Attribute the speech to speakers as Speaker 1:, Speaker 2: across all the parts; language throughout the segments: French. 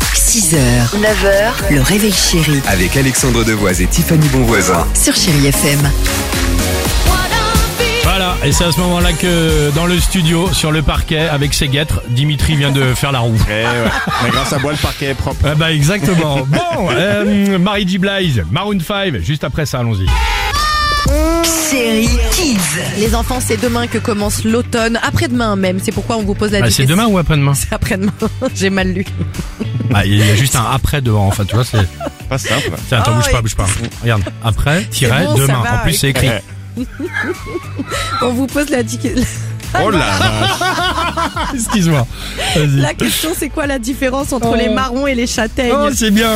Speaker 1: 6h, 9h, le réveil chéri
Speaker 2: Avec Alexandre Devoise et Tiffany Bonvoisin.
Speaker 1: sur Chéri FM.
Speaker 3: Voilà, et c'est à ce moment-là que dans le studio, sur le parquet, avec ses guêtres, Dimitri vient de faire la roue.
Speaker 4: Eh ouais. Mais grâce à moi, le parquet est propre.
Speaker 3: Ah bah exactement. Bon, euh, Marie G. Blige, Maroon 5, juste après ça, allons-y.
Speaker 1: Chéri Kids.
Speaker 5: Les enfants, c'est demain que commence l'automne, après-demain même. C'est pourquoi on vous pose la
Speaker 3: Ah,
Speaker 5: question.
Speaker 3: c'est demain ou après-demain
Speaker 5: C'est après-demain. J'ai mal lu.
Speaker 3: Ah, Il y a juste un après devant, enfin, tu vois, c'est...
Speaker 4: Pas simple.
Speaker 3: Tiens, attends,
Speaker 5: Oh,
Speaker 3: bouge pas, bouge pas. Regarde, après, tiret,
Speaker 5: bon, ça
Speaker 3: demain.
Speaker 5: va,
Speaker 3: En plus,
Speaker 5: oui.
Speaker 3: c'est écrit.
Speaker 5: On vous pose la, di-
Speaker 4: Oh là là.
Speaker 3: Excuse-moi. Vas-y.
Speaker 5: la question, c'est quoi la différence entre les marrons et les châtaignes
Speaker 3: Oh, c'est bien.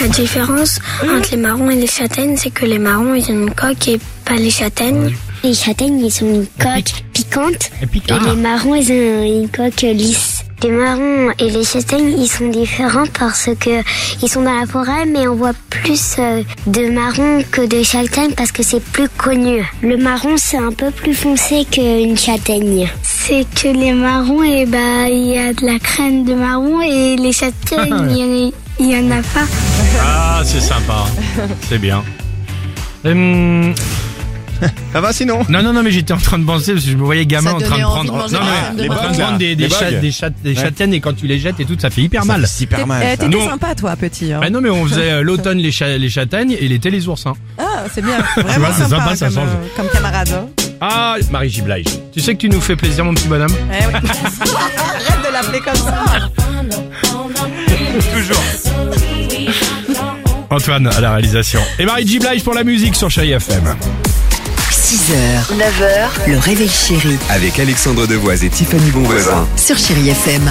Speaker 6: La différence entre les marrons et les châtaignes, c'est que les marrons, ils ont une coque et pas les châtaignes. Les châtaignes, ils ont une coque piquante
Speaker 3: Et puis, ah,
Speaker 6: et les marrons, ils ont une coque lisse. Les marrons et les châtaignes, ils sont différents parce que ils sont dans la forêt, mais on voit plus euh, de marrons que de châtaignes parce que c'est plus connu. Le marron, c'est un peu plus foncé qu'une châtaigne. C'est que les marrons, et bah, il y a de la crème de marron et les châtaignes, il y en a pas.
Speaker 3: Ah, c'est sympa. C'est bien. Hum,
Speaker 4: Ça va sinon
Speaker 3: Non, non, non, mais j'étais en train de penser parce que je me voyais gamin
Speaker 5: Ça
Speaker 3: en train de
Speaker 5: donnait envie
Speaker 3: prendre.
Speaker 5: de manger
Speaker 3: non,
Speaker 5: des crèmes de
Speaker 3: mais en train de
Speaker 4: bugs,
Speaker 3: prendre
Speaker 4: là.
Speaker 3: des, des,
Speaker 4: Les
Speaker 3: chats-
Speaker 4: bugs.
Speaker 3: des, chats- des
Speaker 4: Ouais.
Speaker 3: châtaignes et quand tu les jettes et tout, ça fait hyper mal.
Speaker 4: C'est hyper
Speaker 5: Eh,
Speaker 4: mal. ça.
Speaker 5: T'étais
Speaker 3: Non.
Speaker 5: sympa, toi, petit. hein.
Speaker 3: Bah non, mais on faisait euh, l'automne les, cha- les chateignes et l'été les oursins.
Speaker 5: Ah, c'est bien.
Speaker 3: Tu vois,
Speaker 5: Vraiment
Speaker 3: c'est
Speaker 5: sympa,
Speaker 3: sympa, ça
Speaker 5: comme,
Speaker 3: change.
Speaker 5: euh, comme camarade. hein.
Speaker 3: Ah, Marie J. Blige, tu sais que tu nous fais plaisir, mon petit bonhomme
Speaker 5: Eh oui. Arrête de l'appeler comme ça.
Speaker 3: Antoine à la réalisation. Et Marie J. Blige pour la musique sur Chéri FM.
Speaker 1: 6h, 9h, le réveil chéri
Speaker 2: Avec Alexandre Devoise et Tiffany Bonvoisin.
Speaker 1: sur Chéri FM.